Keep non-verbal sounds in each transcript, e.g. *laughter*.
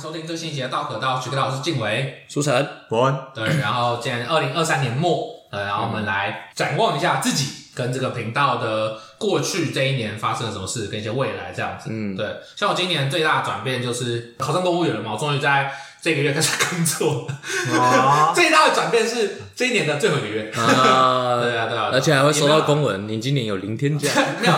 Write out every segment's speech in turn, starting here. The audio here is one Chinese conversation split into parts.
收听最新一集的《道可道》，取个道是静伟，书城，伯恩，对，然后今年二零二三年末，呃，然后我们来展望一下自己跟这个频道的过去这一年发生了什么事，跟一些未来这样子。嗯，对，像我今年最大的转变就是考上公务员了嘛，我终于在这个月开始工作。*laughs* 哦，最大的转变是这一年的最后一个月。啊，对啊，对啊，而且还会收到公文，你今年有零天假，没有，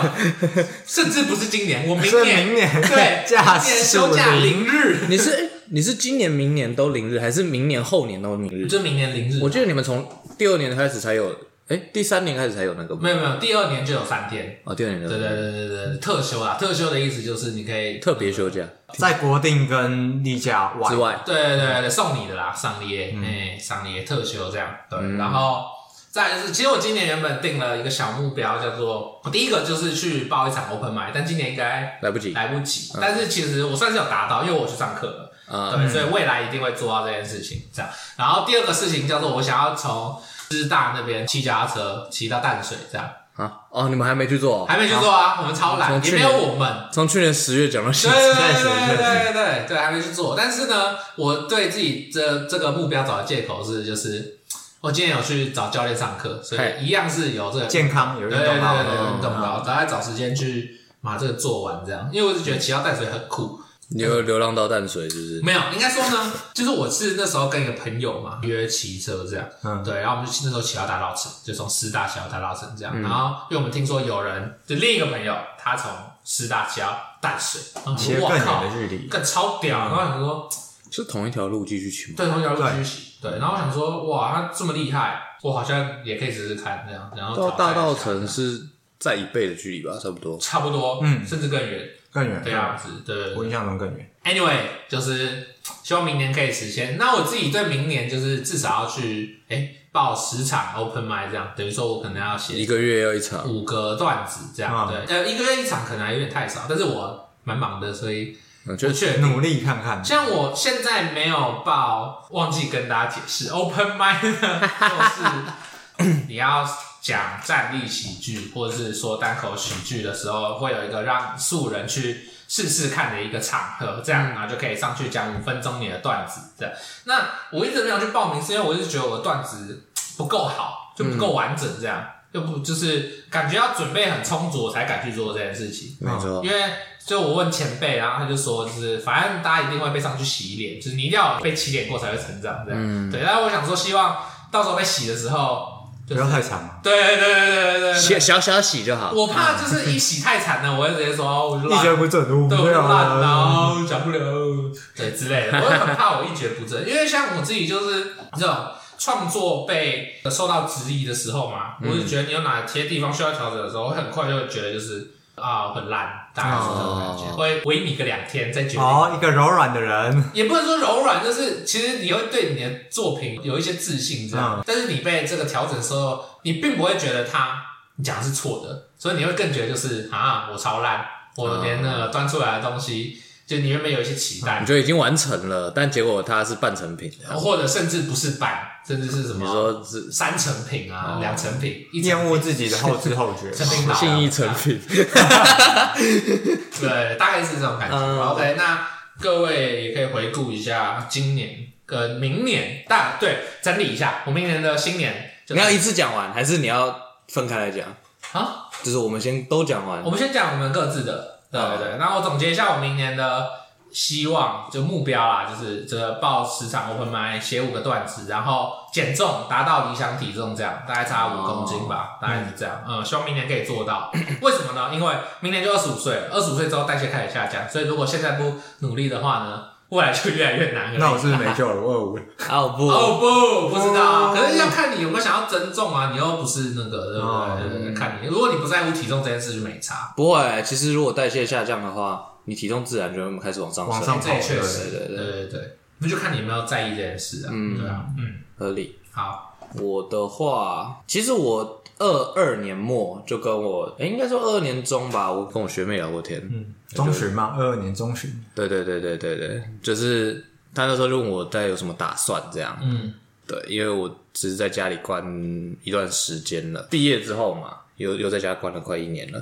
甚至不是今年，我明是年明年 *laughs* 对假明年休假数零零日， *laughs* 你是哎你是今年明年都零日，还是明年后年都零日？就明年零日。我记得你们从第二年开始才有，哎，第三年开始才有那个吗没有没有，第二年就有三天。哦，第二年的对对对对对，特休啦，特休的意思就是你可以特别休假在国定跟例假外之，外，对对对对，送你的啦，上列，嗯哎、上列特休这样。对，然后再来就是，其实我今年原本定了一个小目标，叫做第一个就是去报一场 open mic，但今年应该来不及来不及。嗯但是其实我算是有达到，因为我去上课了。啊，对，所以未来一定会做到这件事情。这样，然后第二个事情叫做我想要从师大那边骑脚踏车骑到淡水，这样啊哦，你们还没去做哦，哦还没去做啊，我们超从懒，也去没年有我们。从去年十月讲到 *laughs* 现对在，对对对对对对，还没去做。但是呢，我对自己这这个目标找的借口是，就是我今天有去找教练上课，所嘿以一样是有这个健康有对运对对动到对了，嗯对运动到，大家找时间去把这个做完，这样。因为我就觉得骑到淡水很酷，你有流浪到淡水是不是？没有，应该说呢，就是我是那时候跟一个朋友嘛约骑车这样，嗯对，然后我们就那时候骑到大稻城，就从师大骑到大稻城嗯这样，然后因为我们听说有人就另一个朋友他从师大骑到淡水，然后我说其实哇更远靠的，距离，更超屌，然后想说。是同一条路继续去吗？对，从小就学习。对，然后我想说，哇，他这么厉害，我好像也可以试试看这样。然后挑到战大一下道城是在一倍的距离吧，差不多。差不多，嗯甚至更远更远，这样子。对对我对印象中更远。 ，anyway，就是希望明年可以实现。那我自己对明年就是至少要去哎报十场 open mic 这样，等于说我可能要一写个月要一场，五个段子这啊样。嗯对，呃，一个月一场可能还有点太少，但是我蛮忙的，所以嗯，就不确定。努力看看，像我现在没有报，忘记跟大家解释，open mic 呢，就是你要讲站立喜剧或者是说单口喜剧的时候，会有一个让素人去试试看的一个场合，这样然后就可以上去讲五分钟你的段子。这样，那我一直没有去报名，是因为我是觉得我的段子不够好，就不够完整，这样。就不就是感觉要准备很充足，我才敢去做这件事情。没错因，为就我问前辈，然后他就说，就是反正大家一定会被上去洗脸，就是你一定要被洗脸过才会成长这样。嗯对，但是我想说，希望到时候被洗的时候，不要太长嘛，对对对对对对 *laughs* 小对，小小洗就好。我怕就是一洗太惨了，我会直接说哦我就一烂蹶不振，我对，不我就烂，然要。后讲不了，对之类的。我也很怕我一蹶不振，因为像我自己就是这种创作被受到质疑的时候嘛，我就觉得你有哪些地方需要调整的时候，我很快就会觉得就是啊、很烂，大概是这种感觉，哦会萎靡个两天再决定。哦，一个柔软的人，也不能说柔软，就是其实你会对你的作品有一些自信，这嗯样。但是你被这个调整的时候，你并不会觉得他你讲的是错的，所以你会更觉得就是啊，我超烂，我连那个端出来的东西，就你原本有一些期待你，觉得已经完成了，但结果它是半成品。或者甚至不是版，甚至是什你么说是三成品啊、两成品、一成厌恶自己的后知后觉，成品岛啊信义成品，对，大概是这种感觉。嗯 OK，那各位也可以回顾一下今年跟明年，大对整理一下我明年的新年。就 *laughs* 你要一次讲完，还是你要分开来讲？啊，就是我们先都讲完我。们先讲我们各自的，对啊对对。那我总结一下我明年的希望，就目标啦，就是这个报十场 open mic，写五个段子，然后减重达到理想体重，这样大概差五公斤哦吧，大概是这样。嗯，希望明年可以做到。 *coughs* 为什么呢？因为明年就二十五岁了，二十五岁之后代谢开始下降，所以如果现在不努力的话呢，未来就越来越难了。那我是不是没救了，我有啊，我不，哦不，不知道，哦可是要看你有没有想要增重啊，你又不是那个，对哦不对对对？对看你，如果你不在乎体重这件事，就没差。不会。其实如果代谢下降的话，你体重自然就会开始往上往升，上这也确对实，对对对对对，那就看你有没有在意这件事啊。嗯对啊，嗯，合理。好，我的话，其实我二二年末就跟我，诶应该说二二年中吧，我跟我学妹聊过天，嗯，中旬嘛，二二年中旬，对对对对对对，就是他那时候就问我在有什么打算这样，嗯对，因为我只是在家里关一段时间了，毕业之后嘛，又又在家关了快一年了，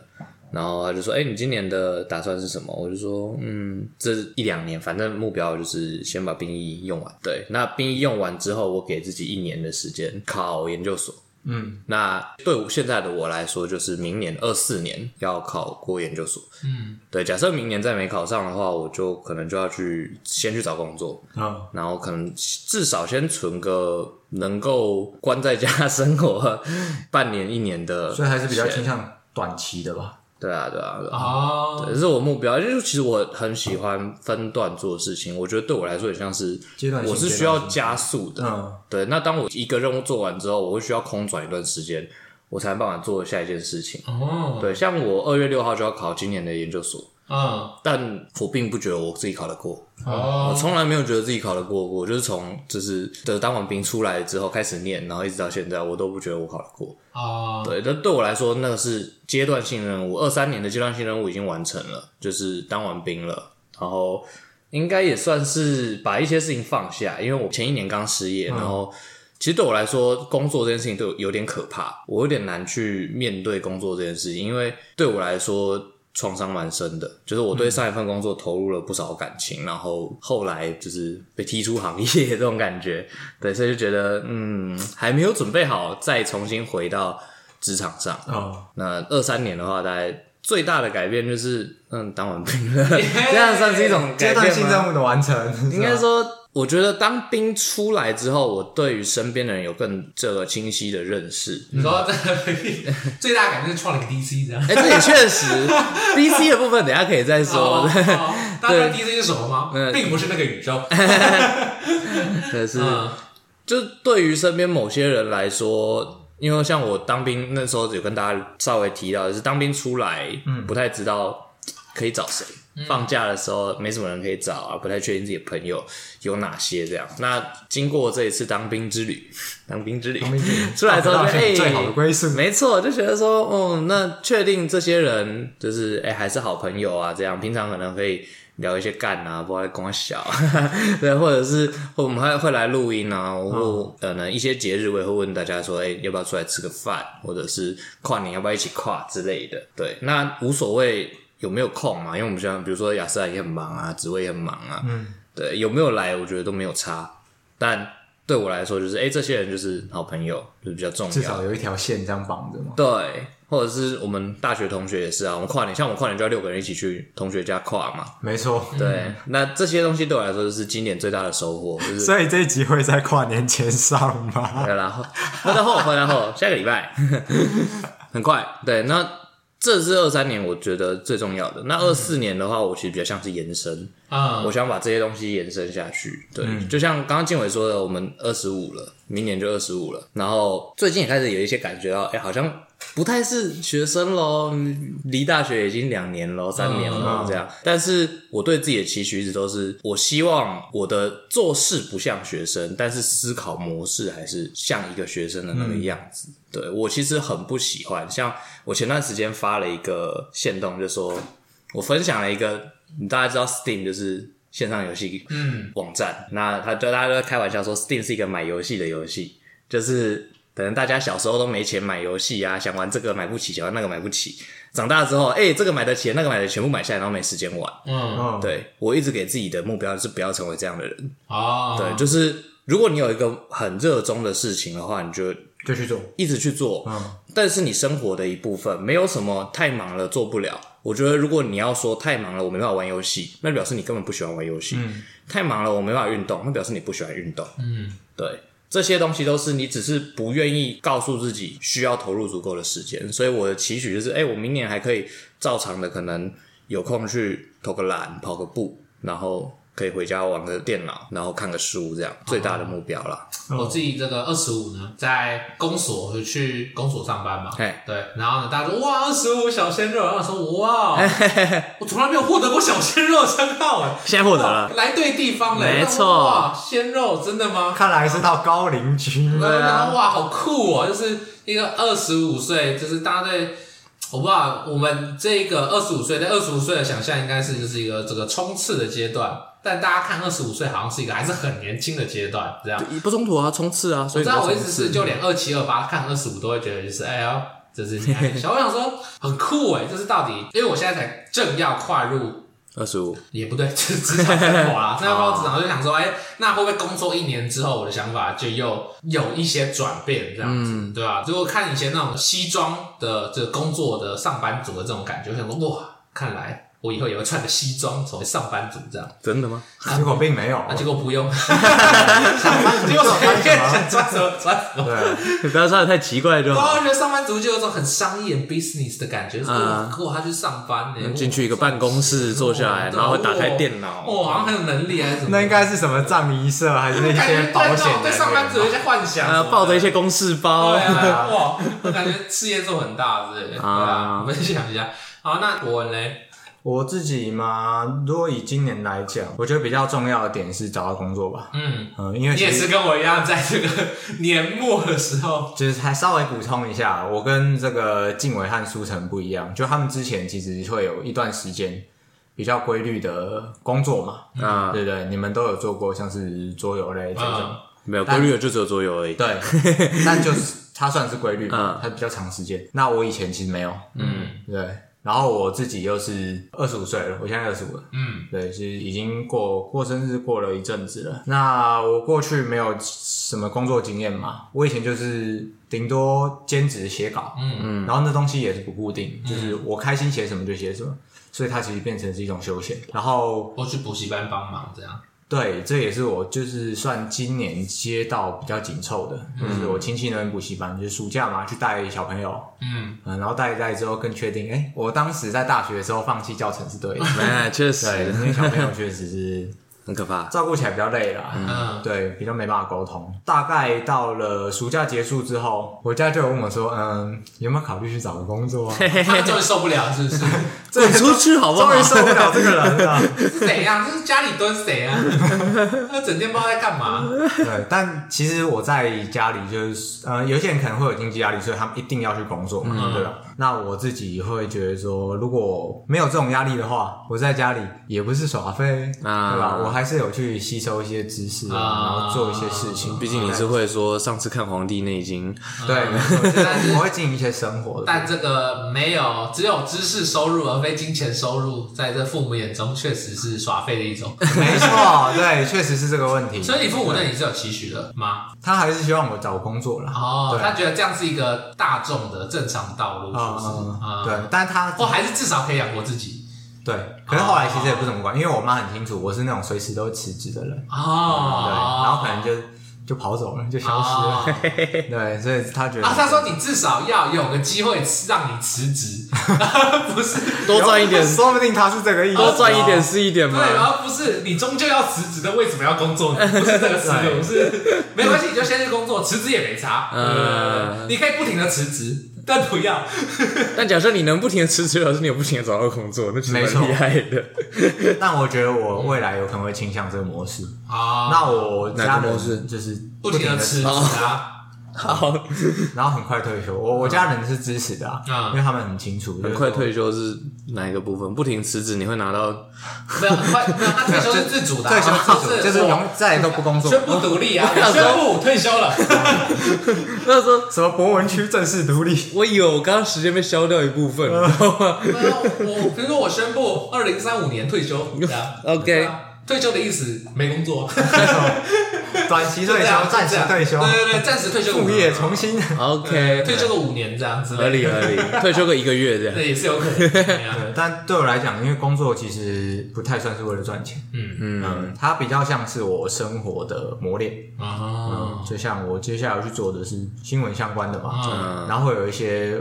然后他就说：“哎、你今年的打算是什么？”我就说：“嗯，这一两年，反正目标就是先把兵役用完。对，那兵役用完之后，我给自己一年的时间考研究所。嗯，那对我现在的我来说，就是明年二四年要考过研究所。嗯，对，假设明年再没考上的话，我就可能就要去先去找工作，嗯，然后可能至少先存个能够关在家生活半年一年的，所以还 *laughs* 是比较倾向短期的吧。对啊，对啊，对啊。哦，这是我目标，因为其实我很喜欢分段做事情，我觉得对我来说也像是阶段性我是需要加速的。嗯，对，那当我一个任务做完之后，我会需要空转一段时间，我才有办法做下一件事情。哦，对，像我二月六号就要考今年的研究所，嗯，但我并不觉得我自己考得过，我哦，从来没有觉得自己考得过我就是从就是的当完兵出来之后开始念，然后一直到现在，我都不觉得我考得过。哦，对，但对我来说，那个是阶段性任务。二三年的阶段性任务已经完成了，就是当完兵了，然后应该也算是把一些事情放下，因为我前一年刚失业，然后。其实对我来说，工作这件事情对我有点可怕，我有点难去面对工作这件事情，因为对我来说创伤蛮深的，就是我对上一份工作投入了不少感情，然后后来就是被踢出行业这种感觉，对，所以就觉得嗯，还没有准备好再重新回到职场上。哦，那二三年的话，大概最大的改变就是嗯，当完兵了， *laughs* 这样算是一种改阶段变性吗？任务的完成，应该说，我觉得当兵出来之后，我对于身边的人有更这个清晰的认识。你说这个最大感觉是创了个 DC *laughs* 这样。哎、这也确实，DC 的部分等一下可以再说哦， *laughs* 对哦大家知道 DC 是什么吗？*laughs* 嗯并不是那个宇 *laughs* 宙，但是嗯，就对于身边某些人来说，因为像我当兵那时候有跟大家稍微提到，就是当兵出来，不太知道可以找谁。放假的时候没什么人可以找啊，不太确定自己的朋友有哪些这样。那经过这一次当兵之旅，当兵之旅， *laughs* 出来之 *laughs* 后啊就哎，最好的归宿。没错，就觉得说，哦，那确定这些人就是哎、还是好朋友啊，这样平常可能可以聊一些干啊，不知道在跟我小， *laughs* 对，或者是我们还会来录音啊，嗯我会可能一些节日我也会问大家说，哎、要不要出来吃个饭，或者是跨年要不要一起跨之类的，对，那无所谓。有没有空嘛？因为我们像比如说雅思也很忙啊，紫薇也很忙啊，嗯，对，有没有来我觉得都没有差。但对我来说，就是哎、这些人就是好朋友，就是比较重要。至少有一条线这样绑着嘛。对，或者是我们大学同学也是啊，我们跨年，像我们跨年就要六个人一起去同学家跨嘛。没错，对，那这些东西对我来说就是今年最大的收获，就是 *laughs* 所以这一集会在跨年前上吗？对，然后回到后，回到后，下个礼拜， *laughs* 很快。对，那这是二三年我觉得最重要的。那二四年的话，我其实比较像是延伸，嗯，我想把这些东西延伸下去。对，就像刚刚建伟说的，我们二十五了，明年就二十五了。然后最近也开始有一些感觉到，哎、好像不太是学生喽，离大学已经两年喽、三年喽、嗯这样。但是我对自己的期许一直都是，我希望我的做事不像学生，但是思考模式还是像一个学生的那个样子。对我其实很不喜欢，像我前段时间发了一个线动，就说我分享了一个，你大家知道 Steam 就是线上游戏嗯网站，那他就大家都在开玩笑说 Steam 是一个买游戏的游戏，就是可能大家小时候都没钱买游戏啊，想玩这个买不起，想玩那个买不起，长大之后，哎、这个买得起，那个买得起，全部买下来，然后没时间玩。嗯，嗯，，对我一直给自己的目标是不要成为这样的人。哦，对，就是如果你有一个很热衷的事情的话，你就就去做。一直去做，嗯但是你生活的一部分，没有什么太忙了做不了。我觉得，如果你要说太忙了，我没办法玩游戏，那表示你根本不喜欢玩游戏；嗯太忙了，我没办法运动，那表示你不喜欢运动。嗯对，这些东西都是你只是不愿意告诉自己需要投入足够的时间。所以我的期许就是，哎、我明年还可以照常的可能有空去投个懒、跑个步，然后可以回家玩个电脑，然后看个书，这样最大的目标啦。我自己这个二十五呢，在公所有去公所上班 *laughs* 嘛，哎对，然后呢，大家说哇，二十五小鲜肉，然后我说 *laughs* 哇，我从来没有获得过小鲜肉称号哎，现在获得哇了，来对地方了，啊没然后错哇，鲜肉真的吗？看来是到高龄区然后啊了。然后哇，好酷哦！就是一个二十五岁，就是大家对，我不知道我们这个二十五岁对二十五岁的想象，应该是就是一个这个冲刺的阶段。但大家看二十五岁好像是一个还是很年轻的阶段，这样。不冲突啊，冲刺啊，所我以知道你我的在意冲思刺是，就连二七二八看二十五都会觉得就是，哎呀，就是你按一下我想说很酷哎，就是到底，因为我现在才正要跨入，二十五，也不对，就是职场生活啊啦，正要跨入职场，我就想说，哎、那会不会工作一年之后，我的想法就又有一些转变这样子，嗯对吧、如果看以前那种西装的这个工作的上班族的这种感觉，我想说哇，看来我以后也会穿着西装成为上班族这样。真的吗？ *laughs* 结果并没有。啊，结果不用， *laughs* 结果随便想 *laughs* 穿什么穿什么。对，你不要穿的太奇怪就然后好。我觉得上班族就有一种很商业 business 的感觉，就是哇嗯可我他去上班呢，进去一个办公室坐下来，哇然后打开电脑，哇，好像很有能力还是什么？那应该是什么葬仪社，还是一感觉些保险人对上班员？族有一些幻想什么呃，的，抱着一些公事包对，啊，哇，我感觉事业做很大之类的，对啊啊，分享一下。好，那国文嘞，我自己嘛，如果以今年来讲，我觉得比较重要的点是找到工作吧。嗯，嗯，因为你其也实是跟我一样，在这个年末的时候，就是还稍微补充一下，我跟这个静伟和苏晨不一样，就他们之前其实会有一段时间比较规律的工作嘛，啊，对不对？你们都有做过像是桌游类这种，嗯，没有规律的就只有桌游而已。 *laughs* 对，但就是它算是规律嘛嗯，它比较长时间。那我以前其实没有，啊嗯对。然后我自己又是二十五岁了，我现在二十五了，嗯对，其实已经过过生日过了一阵子了。那我过去没有什么工作经验嘛，我以前就是顶多兼职写稿，嗯嗯，然后那东西也是不固定，就是我开心写什么就写什么，所以它其实变成是一种休闲。然后我去补习班帮忙这样，对，这也是我就是算今年接到比较紧凑的，嗯就是我亲戚那边补习班，就是暑假嘛去带小朋友，嗯，嗯，然后带一带之后更确定，哎，我当时在大学的时候放弃教程是 *laughs* 对的，哎，确对，实因为小朋友确实是。很可怕。照顾起来比较累啦，嗯对，比较没办法沟通。大概到了暑假结束之后，我家就有问我说，嗯，有没有考虑去找个工 *laughs* 作啊？他们终于受不了， *laughs* 是不是？滚出去好不好终？于受不了这个人了。谁呀、啊？这是家里蹲谁啊？他整天不知道在干嘛。对，但其实我在家里就是，呃，有些人可能会有经济压力，所以他们一定要去工作嘛，嗯对吧？那我自己会觉得说，如果没有这种压力的话，我在家里也不是耍废，啊对吧？我还是有去吸收一些知识啊，啊然后做一些事情。毕竟你是会说上次看《黄帝内经》，对，没错，就是我会经营一些生活的。但这个没有，只有知识收入而非金钱收入，在这父母眼中确实是耍废的一种。 *laughs* 没错，对，确实是这个问题。所以你父母对你是有期许的吗？他还是希望我找工作啦。哦，对他觉得这样是一个大众的正常道路，是不嗯是？嗯，啊，对，但他或还是至少可以养活自己。对，可是后来其实也不怎么管，因为我妈很清楚我是那种随时都会辞职的人，对，哦，然后可能就就跑走了，就消失了，哦 *laughs* 对，所以他觉得啊，他说你至少要有个机会让你辞职，不是多赚一 *laughs* 点，说不定他是这个意思，多赚一点，是一点对，然嘛。后不是你终究要辞职的，为什么要工作 *laughs* 呢？不是这个思路，是没关系，你就先去工作，辞职也没差。呃，嗯你可以不停的辞职， *laughs* 但不要。但假设你能不停的辞职，表示你有不停的找到工作，那其实蛮没错厉害 *laughs* 的。但我觉得我未来有可能会倾向这个模式，啊，那我家哪个模式人就是不停的辞辞。职啊，好，然后很快退休。我我家人是支持的啊，嗯因为他们很清楚，很就是快说退休是哪一个部分？不停辞职，你会拿到没有，很快，没有，他退休是自主的啊，退休自主，就是我永再也都不工作，宣布独立啊，我宣布退休了。那时候什么博文区正式独立，我有，刚刚时间被消掉一部分，你知道 *laughs* 吗没有，我比如说我宣布二零三五年退休对啊 OK 对啊退休的意思没工作，短期退就这样休，暂就时这样退休，对对对，暂时退休五副年业重新。 ？OK，退休个五年这样子，合理合理，退休个一个月这样。对，也是有可能对啊。但对我来讲，因为工作其实不太算是为了赚钱，嗯嗯，它比较像是我生活的磨练。哦，就像我接下来要去做的是新闻相关的嘛，嗯然后会有一些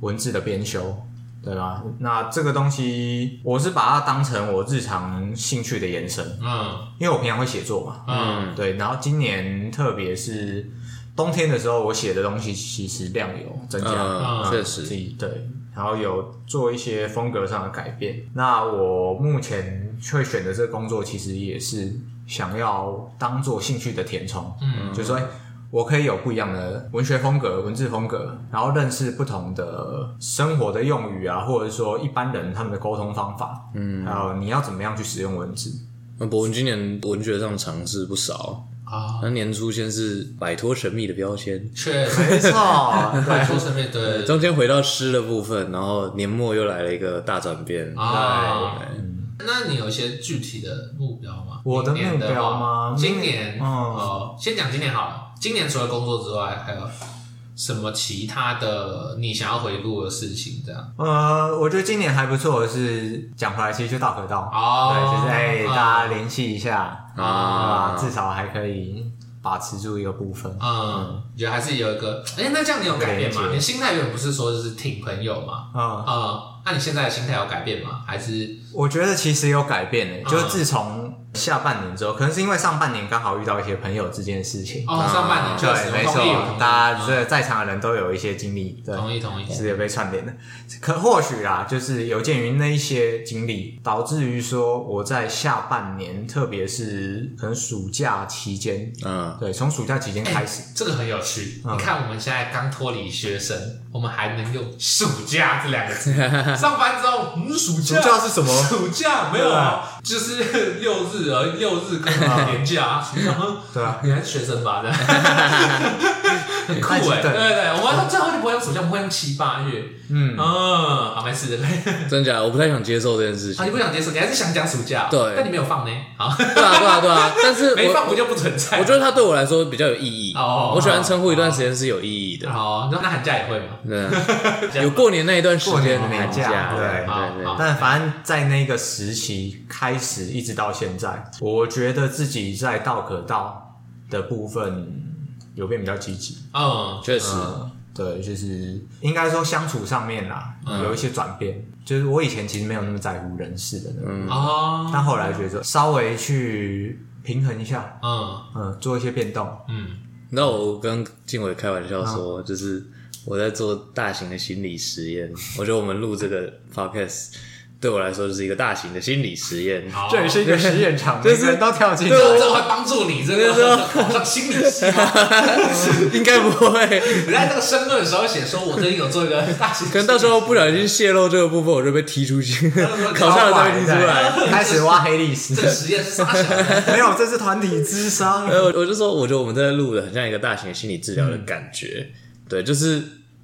文字的编修，对吧？那这个东西我是把它当成我日常兴趣的延伸，嗯因为我平常会写作嘛，嗯对，然后今年特别是冬天的时候，我写的东西其实量有增加，嗯，确实自，己对，然后有做一些风格上的改变。那我目前会选择这个工作，其实也是想要当做兴趣的填充，嗯，就说。哎我可以有不一样的文学风格、文字风格，然后认识不同的生活的用语啊，或者说一般人他们的沟通方法， *laughs* 嗯，还有你要怎么样去使用文字，那博文今年文学上尝试不少，啊，那年初先是摆脱神秘的标签，确没实，错，对快出身面对中间回到诗的部分，然后年末又来了一个大转变。啊。那你有一些具体的目标吗？我的明年目标话吗今年嗯哦，先讲今年好了。今年除了工作之外，还有什么其他的你想要回顾的事情？这样呃，我觉得今年还不错的是，讲回来其实就大河道，哦对，就是哎、嗯大家联系一下啊啊，至少还可以把持住一个部分。嗯，你觉得还是有一个？哎、那这样你有改变吗？连接你心态原本不是说就是挺朋友吗？嗯，嗯，那你现在的心态有改变吗？还是我觉得其实有改变诶、嗯就是自从下半年之后，可能是因为上半年刚好遇到一些朋友之间的事情。哦，上半年确实嗯对，没我同意我错同，意大家嗯这在场的人都有一些经历，对，同意同意，是有被串联的。可或许啦，就是有鉴于那一些经历，导致于说我在下半年，特别是可能暑假期间，嗯，对，从暑假期间开始，这个很有趣。嗯你看，我们现在刚脱离学生，我们还能用“暑假”这两个 *laughs* 字。上班之后，嗯，暑假暑假是什么暑假没有啊，就是六日而已六日跟年假。嗯对啊，你还是学生吧？ *laughs* 这样很酷那其哎、实对对对对，我们到最后就不会用暑假，我们会用七八月。嗯好，没 *laughs* 事。真假的我不太想接受这件事好，情。你不想接受，你还是想讲暑假，对但你没有放呢。好，对啊，对啊，对啊，但是没我放不就不存在？我觉得它对我来说比较有意义。哦我喜欢称呼一段时间是有意义的。好，那那寒假也会吗？对啊，有过年那一段时过间年的的年假假，对好啊对对好啊对，但反正在那个时期开始，一直到现在，我觉得自己在道可道的部分有变比较积极。嗯，确实，嗯，对，就是应该说相处上面啦，嗯有一些转变。就是我以前其实没有那么在乎人事的那个，嗯哦，但后来觉得稍微去平衡一下，嗯嗯，做一些变动。哦嗯，你知道我跟静伟开玩笑说，就是我在做大型的心理实验。我觉得我们录这个 podcast 对我来说就是一个大型的心理实验。好这也是一个实验场，就是每个人都跳进去。这这会帮助你这啊个考上心理系吗？ *laughs* *laughs* 应该不会，你在那个申论的时候写说，我最近有做一个大型， *laughs* 可能到时候不小心泄露这个部分，我就被踢出去， *laughs* 考上了才被踢出来。对开始挖黑历史这。个实验是啥小的？没有，这是团体智商。 *laughs* 呃，我我就说，我觉得我们在录的很像一个大型的心理治疗的感觉。对，就是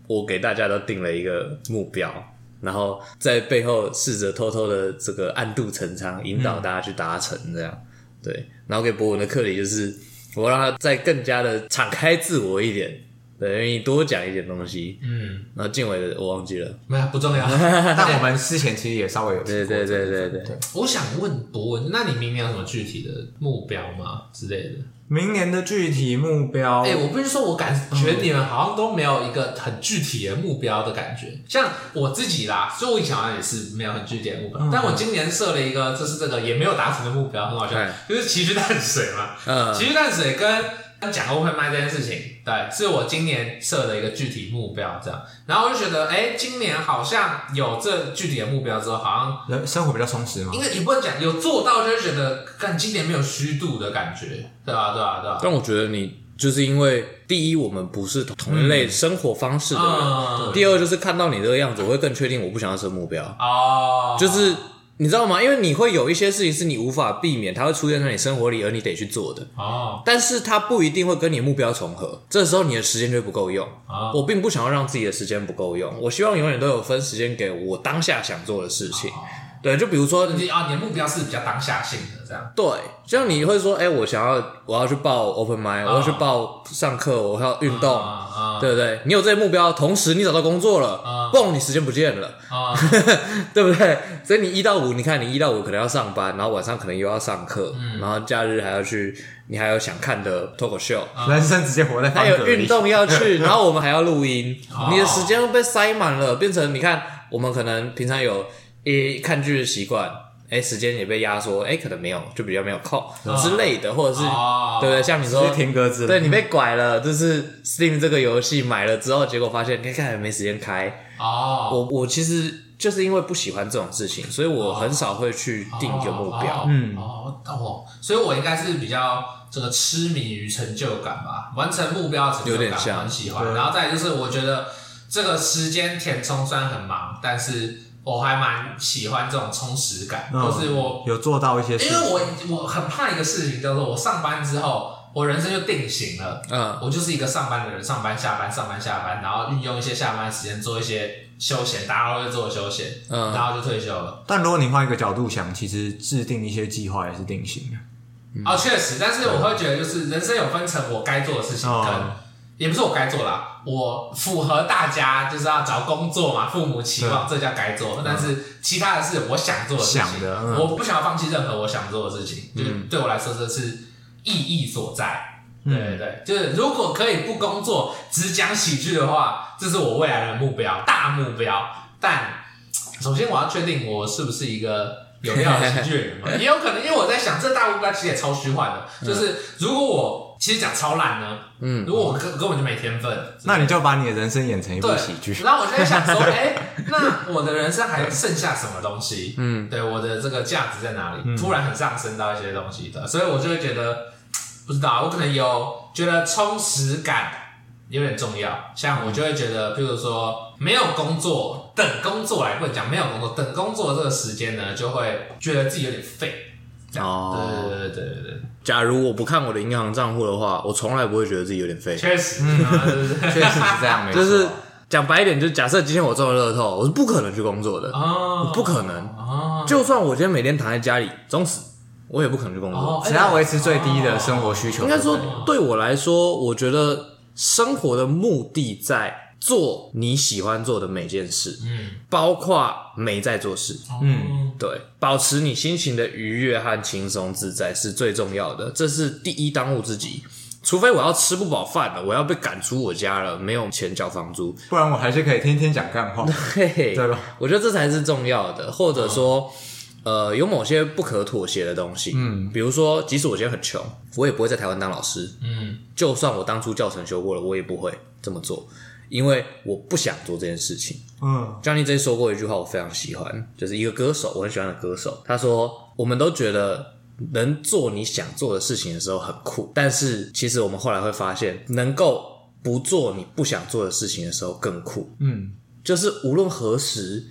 我给大家都定了一个目标，然后在背后试着偷偷的这个暗度陈仓，引导大家去达成这样。对，然后给博文的课题就是，我让他再更加的敞开自我一点，对，愿意多讲一点东西。嗯，然后静伟的我忘记了，没有不 *laughs* 重要。嗯但我们之前其实也稍微有提对过对对对对，我想问博文，那你明年有什么具体的目标吗之类的？明年的具体目标，哦哎、我不是说，我感觉你们好像都没有一个很具体的目标的感觉。像我自己啦，所以我以前好像也是没有很具体的目标，嗯但我今年设了一个，就是这个也没有达成的目标，很好笑对，就是崎岖淡水嘛。嗯其实淡水跟跟讲 open mind 这件事情，对，是我今年设的一个具体目标，这样。然后我就觉得，哎、今年好像有这具体的目标之后，好像人生活比较充实嘛应。该也不能讲有做到，就会觉得，看今年没有虚度的感觉，对吧、对吧、对吧、但我觉得你就是因为第一，我们不是同一类生活方式的人；嗯第二，就是看到你这个样子，我会更确定我不想要设目标。哦，就是你知道吗？因为你会有一些事情是你无法避免，它会出现在你生活里，而你得去做的。哦，但是它不一定会跟你目标重合，这时候你的时间就会不够用。啊我并不想要让自己的时间不够用，我希望永远都有分时间给我当下想做的事情。对，就比如说你啊，你的目标是比较当下性的这样。对，就像你会说，哎、我想要，我要去报 open mind，、我要去报上课，我要运动，啊对不对？你有这些目标，同时你找到工作啊了，蹦、你时间不见了，啊啊！ *laughs* 对不对？所以你一到五，你看你一到五可能要上班，然后晚上可能又要上课，嗯然后假日还要去，你还有想看的脱口秀，人生直接活在方还格有运里。动要去，然后我们还要录 *laughs* 音，你哦的时间都被塞满了，变成你看，我们可能平常有一看剧的习惯，哎、时间也被压缩，哎、可能没有，就比较没有空之类的，或者是、啊哦对不对？像你说是听歌之类对你被拐了，就是 Steam 这个游戏买了之后，结果发现看看也没时间开。哦，我我其实就是因为不喜欢这种事情，所以我很少会去定一个目标。嗯，哦哦，所以我应该是比较这个痴迷于成就感吧，完成目标的成就有点感像我很喜欢。对然后再来就是，我觉得这个时间填充虽然很忙，但是我还蛮喜欢这种充实感，嗯就是我有做到一些事因情为我我很怕一个事情叫做我上班之后我人生就定型了。嗯我就是一个上班的人，上班下班，上班下班，然后运用一些下班时间做一些休闲，大家都会做休闲，嗯然后就退休了。但如果你换一个角度想，其实制定一些计划也是定型的。哦，确实，但是我会觉得就是人生有分成我该做的事情哦跟，也不是我该做啦，我符合大家就是要找工作嘛，父母期望这叫该做，但是其他的是我想做的事嗯想情，的嗯我不想要放弃任何我想做的事情，就是对我来说这是意义所在。嗯对对对，就是如果可以不工作只讲喜剧的话，这是我未来的目标，大目标。但首先我要确定我是不是一个有料的喜剧演员 *laughs* 嘛，也有可能，因为我在想这大目标其实也超虚幻嗯的，就是如果我其实讲超烂呢，嗯，如果我根根本就没天分，那你就把你的人生演成一部对喜 *laughs* 剧。然后我就在想说，哎、那我的人生还剩下什么东西？嗯，对，我的这个价值在哪里？突然很上升到一些东西的，所以我就会觉得，不知道，我可能有觉得充实感有点重要。像我就会觉得，譬如说没有工作，等工作来不能讲没有工作，等工作这个时间呢，就会觉得自己有点废。这样哦对对对对对对，假如我不看我的银行账户的话，我从来不会觉得自己有点废。确实，嗯，确实是这样，没错。就是讲白一点，就假设今天我中了乐透，我是不可能去工作的， *laughs* 哦，不可能。哦，就算我今天每天躺在家里装死，我也不可能去工作。哦只要维持最低的生活需求，应该说，对我来说，我觉得生活的目的在做你喜欢做的每件事，嗯，包括没在做事。嗯。对，保持你心情的愉悦和轻松自在是最重要的，这是第一当务之急。除非我要吃不饱饭了，我要被赶出我家了，没有钱缴房租，不然我还是可以天天讲 *laughs* 干话。嘿嘿，对吧？我觉得这才是重要的，或者说，呃，有某些不可妥协的东西，嗯，比如说，即使我今天很穷，我也不会在台湾当老师，嗯，就算我当初教程修过了，我也不会这么做，因为我不想做这件事情。嗯， Johnny J 说过一句话，我非常喜欢，就是一个歌手，我很喜欢的歌手，他说：“我们都觉得能做你想做的事情的时候很酷，但是其实我们后来会发现，能够不做你不想做的事情的时候更酷。”嗯，就是无论何时，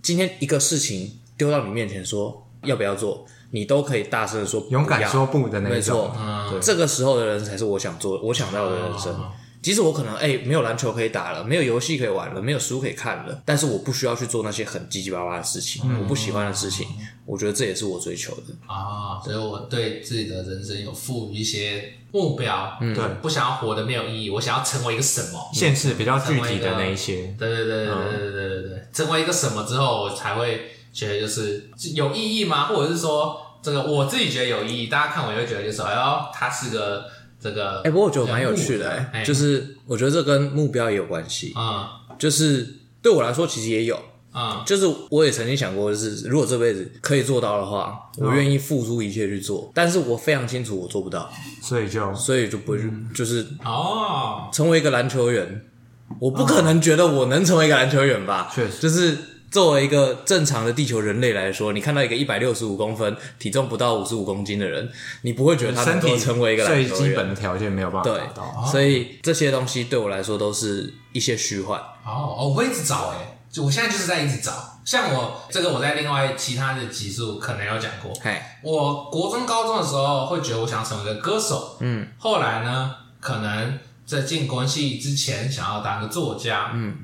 今天一个事情丢到你面前说要不要做，你都可以大声的说勇不敢要说不的那没一种错。，这个时候的人才是我想做的，我想要的人生。啊即使我可能哎、没有篮球可以打了，没有游戏可以玩了，没有书可以看了，但是我不需要去做那些很唧唧巴巴的事情，嗯我不喜欢的事情，我觉得这也是我追求的。啊，所以我对自己的人生有赋予一些目标，嗯对不想要活得没有意义，我想要成为一个什么？现实比较具体的那一嗯些，对对对对对对对对对，成为一个什么之后，我才会觉得就是有意义吗？或者是说这个我自己觉得有意义，大家看我也会觉得就是哎呦，他是个这个哎、不过我觉得蛮有趣的、人物哎哎就是我觉得这跟目标也有关系，啊就是对我来说其实也有，啊就是我也曾经想过，就是如果这辈子可以做到的话，啊我愿意付出一切去做。但是我非常清楚我做不到，所以就所以就不会去，嗯就是哦，成为一个篮球员，我不可能觉得我能成为一个篮球员吧？啊确实就是作为一个正常的地球人类来说，你看到一个一百六十五公分、体重不到五十五公斤的人，你不会觉得他身能够体成为一个篮最球基员。本的条件没有办法对达到。，哦所以这些东西对我来说都是一些虚幻。哦，哦，我会一直找哎、就我现在就是在一直找，像我这个我在另外其他的集数可能有讲过， *laughs* 嘿，我国中高中的时候会觉得我想成为一个歌手，嗯，后来呢，可能在进国文系之前想要当个作家，嗯，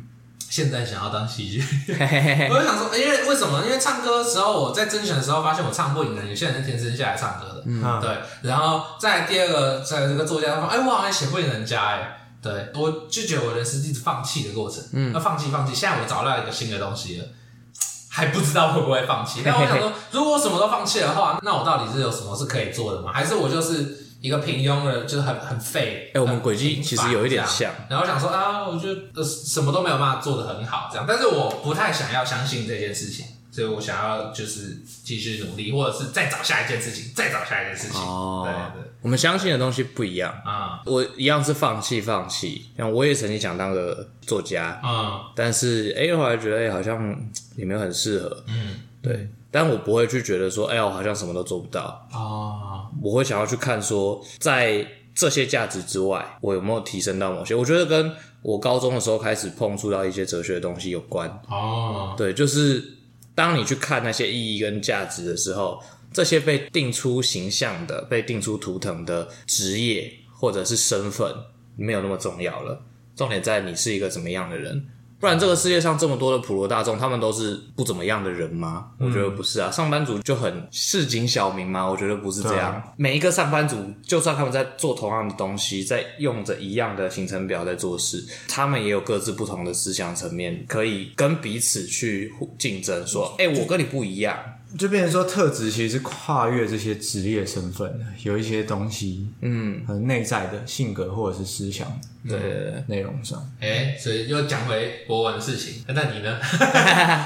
现在想要当喜 *laughs* 剧。嘿嘿嘿嘿我就想说，因为为什么？因为唱歌的时候，我在甄选的时候发现我唱不赢人，有些人是天生下来唱歌的，嗯对。然后在第二个，在这个作家说，哎，我好像写不赢人家，哎，对，我就觉得我人生是一直放弃的过程，嗯，那放弃放弃，现在我找到一个新的东西了。还不知道会不会放弃，但我想说，如果我什么都放弃的话，那我到底是有什么是可以做的吗？还是我就是一个平庸的，就是很很废？哎我们很轨迹其实有一点平凡这样像然后想说啊，我就呃什么都没有办法做得很好这样，但是我不太想要相信这件事情，所以我想要就是继续努力，或者是再找下一件事情，再找下一件事情。哦对对，我们相信的东西不一样。啊我一样是放弃放弃，像我也曾经想当个作家，嗯但是哎、后来觉得哎、好像嗯也没有很适合，嗯对。但我不会去觉得说，哎、我好像什么都做不到，哦我会想要去看说，在这些价值之外，我有没有提升到某些？我觉得跟我高中的时候开始碰触到一些哲学的东西有关，哦对，就是当你去看那些意义跟价值的时候，这些被定出形象的、被定出图腾的职业，或者是身份没有那么重要了，重点在你是一个怎么样的人。不然这个世界上这么多的普罗大众，他们都是不怎么样的人吗？我觉得不是啊，上班族就很市井小民吗？我觉得不是这对样啊。每一个上班族，就算他们在做同样的东西，在用着一样的行程表在做事，他们也有各自不同的思想层面，可以跟彼此去互竞争，说，哎、我跟你不一样，就变成说特质其实是跨越这些职业身份的，有一些东西，嗯，很内在的性格或者是思想对对对。内容上。哎、所以又讲回博文的事情，那你呢？ *laughs*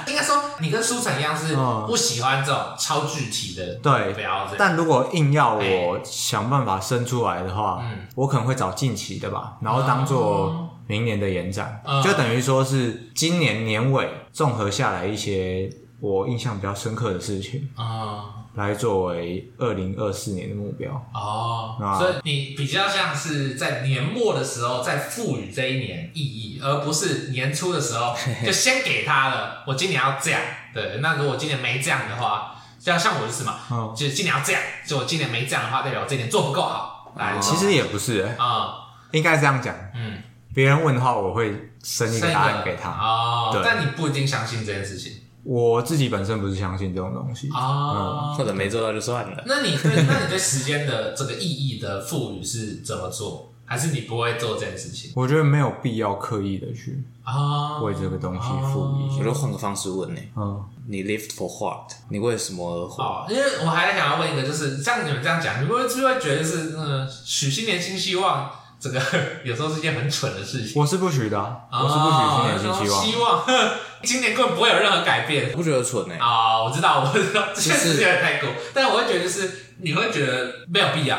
应该说你跟舒晨一样是嗯不喜欢这种超具体的对目标这样，但如果硬要我想办法生出来的话，嗯我可能会找近期的吧，然后当做明年的延展，嗯就等于说是今年年尾综合下来一些我印象比较深刻的事情，啊、来作为二零二四年的目标。哦啊，所以你比较像是在年末的时候再赋予这一年意义，而不是年初的时 *laughs* 候就先给他了。我今年要这样，对。那如果今年没这样的话，像像我就是嘛，嗯就是今年要这样，就我今年没这样的话，代表我这一年做不够好。来，其实也不是、欸啊，应该这样讲，嗯，别人问的话，我会生一生个一答案给他。哦对，但你不一定相信这件事情我自己本身不是相信这种东西，哦。嗯或者没做到就算了。那你对， *laughs* 那你对时间的这个意义的赋予是怎么做？还是你不会做这件事情我觉得没有必要刻意的去啊？为这个东西赋予一我些。就换个方式问你、嗯，你 lived for what？你为什么而活？哦，因为我还想要问一个，就是像你们这样讲，你们会不会觉得是嗯，许新年新希望，这个 *laughs* 有时候是一件很蠢的事情？我是不许的啊，我是不许新年新希哦望。希望， *laughs* 呵今年根本不会有任何改变我不觉得蠢哎、啊、我知道，我知道，这件就是事有点太过，但我会觉得就是你会觉得没有必要，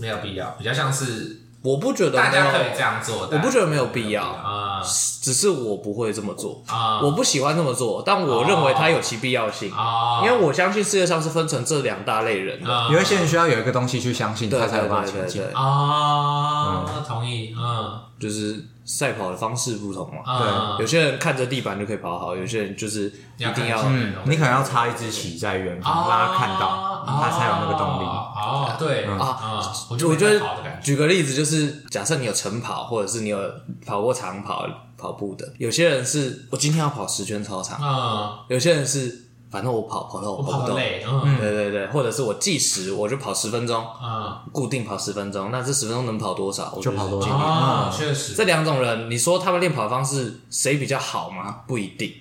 没有必要，比较像是我不觉得大没有家可以这样做，我不觉得得没有必要，啊只是我不会这么做，啊我不喜欢这么做，但我认为它有其必要性，啊，因为我相信世界上是分成这两大类人的。啊有一些人需要有一个东西去相信，对他才对有办法对前对进。对，啊，同意，嗯就是赛跑的方式不同嘛。嗯，有些人看着地板就可以跑好，有些人就是一定要要看嗯，啊你可能要插一支旗在远方，让他看到，他才有那个动力。嗯哦，对啊啊，我我觉得得好的感觉举个例子，就是假设你有晨跑，或者是你有跑过长跑跑步的，有些人是我今天要跑十圈操场，嗯，有些人是反正我跑跑到我我跑不得动，累，嗯对对对，或者是我计时，我就跑十分钟，嗯，固定跑十分钟，那这十分钟能跑多少？我觉得就跑多是少尽力啊，嗯确实，这两种人，你说他们练跑的方式谁比较好吗？不一定，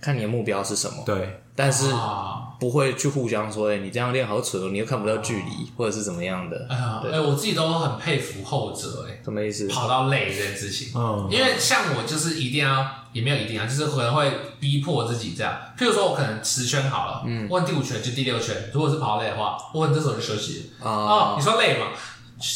看你的目标是什么。对，但是啊，不会去互相说，哎、你这样练好蠢，哦，你又看不到距离，或者是怎么样的？哎呀，哎，我自己都很佩服后者，哎，什么意思？跑到累这件事情，嗯因为像我就是一定要，也没有一定要，就是可能会逼迫自己这样。譬如说，我可能十圈好了，嗯，问第五圈就第六圈，如果是跑累的话，我可能这时候就休息了。哦，啊、你说累吗？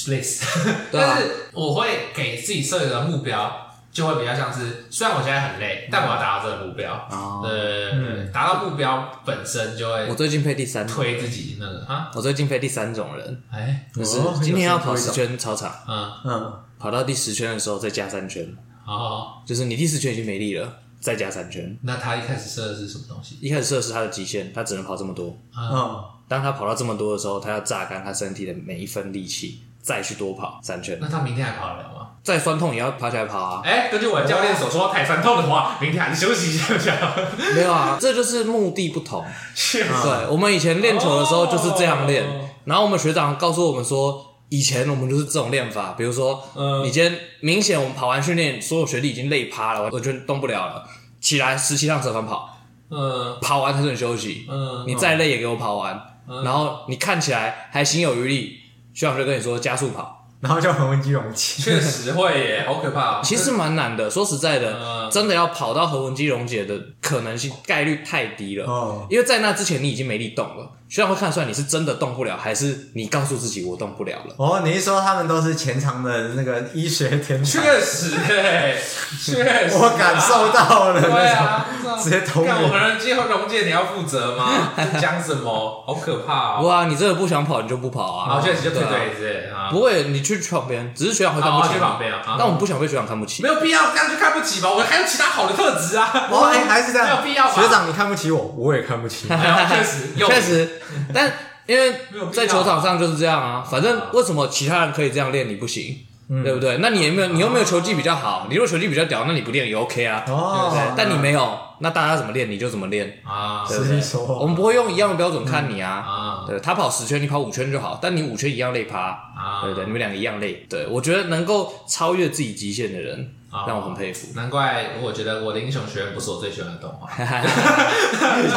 累死，对啊但是我会给自己设一个目标，就会比较像是，虽然我现在很累，但我要达到这个目标。嗯哦呃，达到目标本身就我会最近配第三，推自己那个啊，我最近配第三种人，哎，就是哦今天要有跑这十种圈操场，嗯，嗯，跑到第十圈的时候再加三圈，哦，就是你第十圈已经没力了，再加三圈。那他一开始设的是什么东西？一开始设是他的极限，他只能跑这么多。嗯，当他跑到这么多的时候，他要榨干他身体的每一分力气，再去多跑三圈，那他明天还跑得了吗？再酸痛也要爬起来跑啊！ *laughs* 哎，根据我的教练所说，太酸痛的话，嗯明天还是休息一下比较好。 *laughs* 没有啊，这就是目的不同。是吗对，我们以前练球的时候就是这样练啊哦，然后我们学长告诉我们说。以前我们就是这种练法，比如说，嗯你今天明显我们跑完训练，所有学弟已经累趴了，我就动不了了，起来十七趟折返跑，嗯跑完才准休息，嗯，你再累也给我跑完，然后你看起来还心有余力，学长就跟你说加速跑，然后就很温基勇气。确实会耶，好可怕哦。其实蛮难的，说实在的嗯，真的要跑到核文肌溶解的可能性概率太低了。哦因为在那之前你已经没力动了，学长会看出来你是真的动不了，还是你告诉自己我动不了了。哦，你一说他们都是前场的那个医学天才，确实耶，确实啊，我感受到了对那啊，这样直接投入干我们人机会溶解，你要负责吗？在讲什么？好可怕哦！哇，你真的不想跑你就不跑然后啊？确实就退对啊队子啊，不会，你去旁边，只是学长会看不哦起去你旁边啊啊但我们不想被学长看不起没。有必要这样就看不起吧？我们还有其他好的特质 *laughs* 啊！哦， *laughs* 哎，还是这样，没有必要吧 *laughs* *laughs* 学长，你看不起我，我也看不起你。哎呦，确实，有确，实，但因为没有必要在球场上就是这样啊。反正为什么其他人可以这样练，你不行，嗯对不对？那你有啊没有你又没有球技比较好？你如果球技比较屌，那你不练也 OK 啊，对不对哦，？但你没有，那大家怎么练你就怎么练，啊对不实对力说话我们不会用一样的标准看你啊。啊对他跑十圈，你跑五圈就好，但你五圈一样累趴，啊！对不对？你们两个一样累。对我觉得能够超越自己极限的人，啊让我很佩服。 *laughs* 难怪我觉得我的英雄学院不是我最喜欢的动画，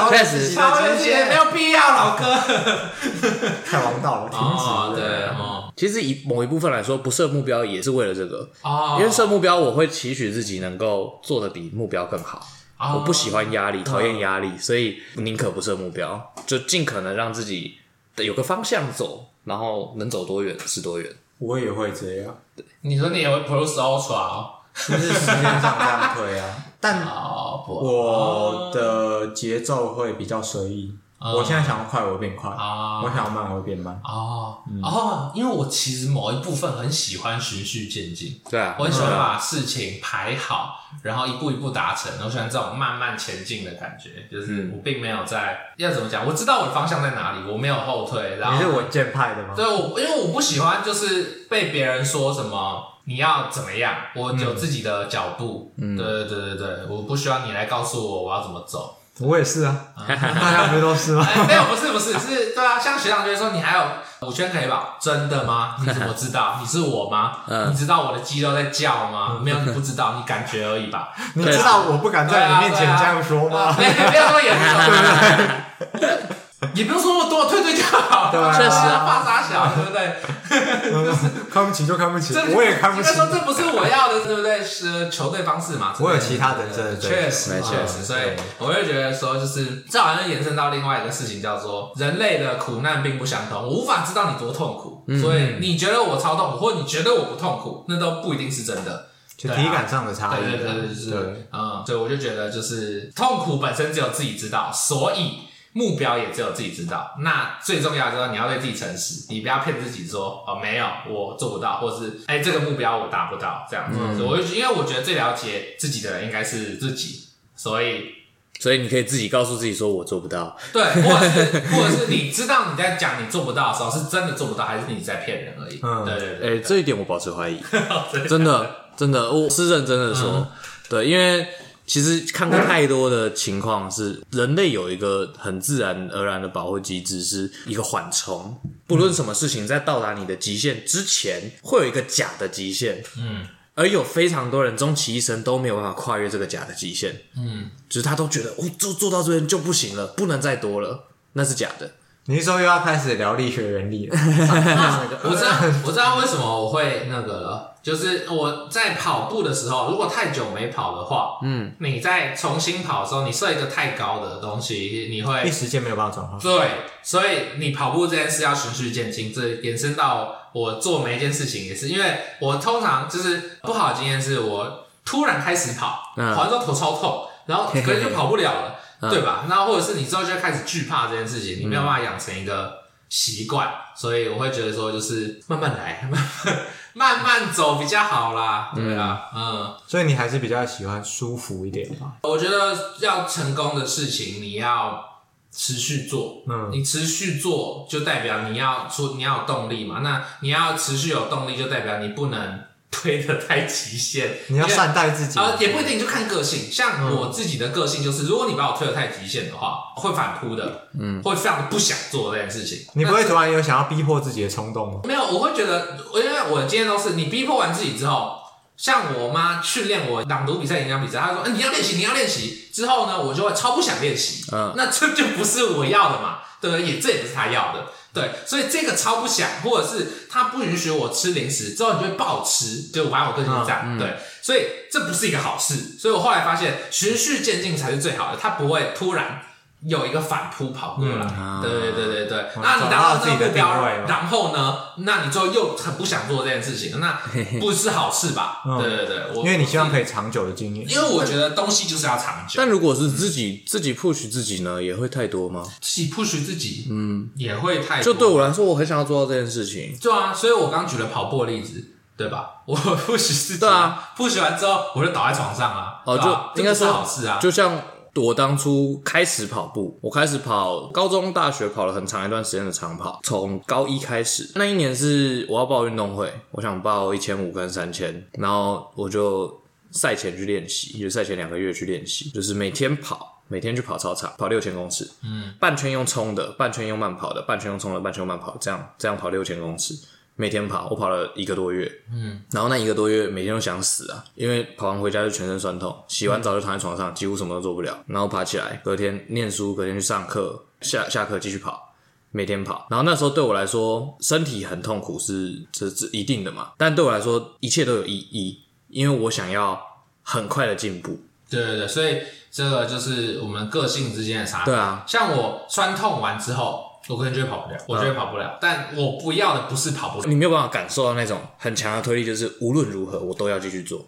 确实，超人节没有必要，老哥。太王道了，停哦，止。对，哦，其实以某一部分来说，不设目标也是为了这个，哦，因为设目标，我会期许自己能够做的比目标更好。哦我不喜欢嗯压力，讨厌压力，所以宁可不设目标，就尽可能让自己有个方向走，然后能走多远是多远。我也会这样，你说你也会 Plus Ultra 哦？就是时间上这样推啊。 *laughs* 但哦，不，我的节奏会比较随意，我现在想要快我会变快，啊我想要慢我会变慢。哦嗯哦，因为我其实某一部分很喜欢循序渐进，对啊我，很喜嗯欢把事情排好，然后一步一步达成。我喜欢这种慢慢前进的感觉，嗯就是我并没有在要怎么讲，我知道我的方向在哪里，我没有后退。然你是后，稳健派的吗？对我，因为我不喜欢就是被别人说什么。你要怎么样？我有嗯自己的脚步，嗯、对对对对对，我不需要你来告诉我我要怎么走。我也 *laughs* 是啊，大家不是都是吗？哎，没有，不是不是，是对啊，像学长就会说你还有五圈可以跑，真的吗？你怎么知道？你是我吗？你知道我的肌肉在叫吗？没有，你不知道，你感觉而已吧。你知道我不敢 *laughs* 在你面前这样说对啊吗？没不要说也不懂，也不用说那么多，退退就好。对啊确 *laughs* 实啊发傻小，对不对？啊 *laughs* 看不起就看不起这，我也看不应起该。说这不是我要的，对不对？是球队方式嘛。我有其他人生的追求确实没错确实，所以我就觉得说，就是这好像延伸到另外一个事情，叫做人类的苦难并不相同，我无法知道你多痛苦，嗯所以你觉得我超痛苦，或你觉得我不痛苦，那都不一定是真的。就体感上的差异对。对对对，就是嗯，所以我就觉得，就是痛苦本身只有自己知道，所以目标也只有自己知道。那最重要的就是你要对自己诚实，你不要骗自己说哦没有我做不到，或是哎、这个目标我达不到这样子。所以我就因为我觉得最了解自己的人应该是自己，所以所以你可以自己告诉自己说我做不到，对，或者是或者是你知道你在讲你做不到的时候是真的做不到，还是你在骗人而已？嗯对对对，哎、 *laughs* 这一点我保持怀疑，真的真的，我是认真的说，嗯对，因为其实看过太多的情况是，人类有一个很自然而然的保护机制，是一个缓冲，不论什么事情，在到达你的极限之前，会有一个假的极限，嗯，而有非常多人终其一生都没有办法跨越这个假的极限，嗯，就是他都觉得哦，做做到这边就不行了，不能再多了，那是假的，你是说又要开始聊力学原理了？我知道，我知道为什么我会那个了，就是我在跑步的时候，如果太久没跑的话，嗯，你在重新跑的时候，你设一个太高的东西，你一会时间没有办法转化。对，所以你跑步这件事要循序渐进，这延伸到我做每一件事情也是，因为我通常就是不好的经验是我突然开始跑，嗯跑完之后头超痛，然后可能就跑不了了，对吧？那或者是你之后就会开始惧怕这件事情，你没有办法养成一个习惯，所以我会觉得说就是慢慢来，慢慢慢慢走比较好啦，对啊，嗯所以你还是比较喜欢舒服一点吧？我觉得要成功的事情，你要持续做。嗯你持续做，就代表你要出，你要有动力嘛。那你要持续有动力，就代表你不能推的太极限。你要因为善嗯待自己。呃，也不一定，就看个性。像我自己的个性就是，如果你把我推得太极限的话，会反扑的，嗯，会非常的不想做这件事情。你不会突然有想要逼迫自己的冲动吗？没有，我会觉得，因为我今天都是你逼迫完自己之后，像我妈训练我朗读比赛、演讲比赛，她说：“嗯、你要练习，你要练习。”之后呢，我就会超不想练习。嗯那这就不是我要的嘛，对不对？也这也不是她要的，对。所以这个超不想，或者是她不允许我吃零食，之后你就会暴吃，就反正我个性是这样，嗯对。所以这不是一个好事。所以我后来发现，循序渐进才是最好的，它不会突然。有一个反扑跑过来，对对对对对，那你嗯找达到到自己这个的目标定位了然后呢，那你就又很不想做这件事情，那不是好事吧？嗯对对对，我因为你希望可以长久的经营。因为我觉得东西就是要长久，但如果是自己自己 push 自己呢，也会太多吗？自己 push 自己，嗯，也会太就多对我来说，我很想要做到这件事情。对啊，所以我刚举了跑步的例子，对吧？ *laughs* 我 push 自己，对啊，push 完之后我就倒在床上啊，哦，对吧就应该这不说是好事啊，就像我当初开始跑步，我开始跑高中、大学跑了很长一段时间的长跑，从高一开始。那一年是我要报运动会，我想报一千五跟三千，然后我就赛前去练习，就赛前两个月去练习，就是每天跑。每天去跑操场，跑六千公尺，嗯，半圈用冲的，半圈用慢跑的，半圈用冲的，半圈用慢跑的，这样这样跑六千公尺，每天跑，我跑了一个多月，然后那一个多月每天都想死啊，因为跑完回家就全身酸痛，洗完澡就躺在床上，几乎什么都做不了。然后爬起来，隔天念书，隔天去上课，下下课继续跑，每天跑。然后那时候对我来说，身体很痛苦是这这一定的嘛，但对我来说一切都有意义，因为我想要很快的进步。对对对，所以这个就是我们个性之间的差别。对啊，像我酸痛完之后，我可能就会跑不了，我就会跑不了。但我不要的不是跑不了，你没有办法感受到那种很强的推力，就是无论如何我都要继续做。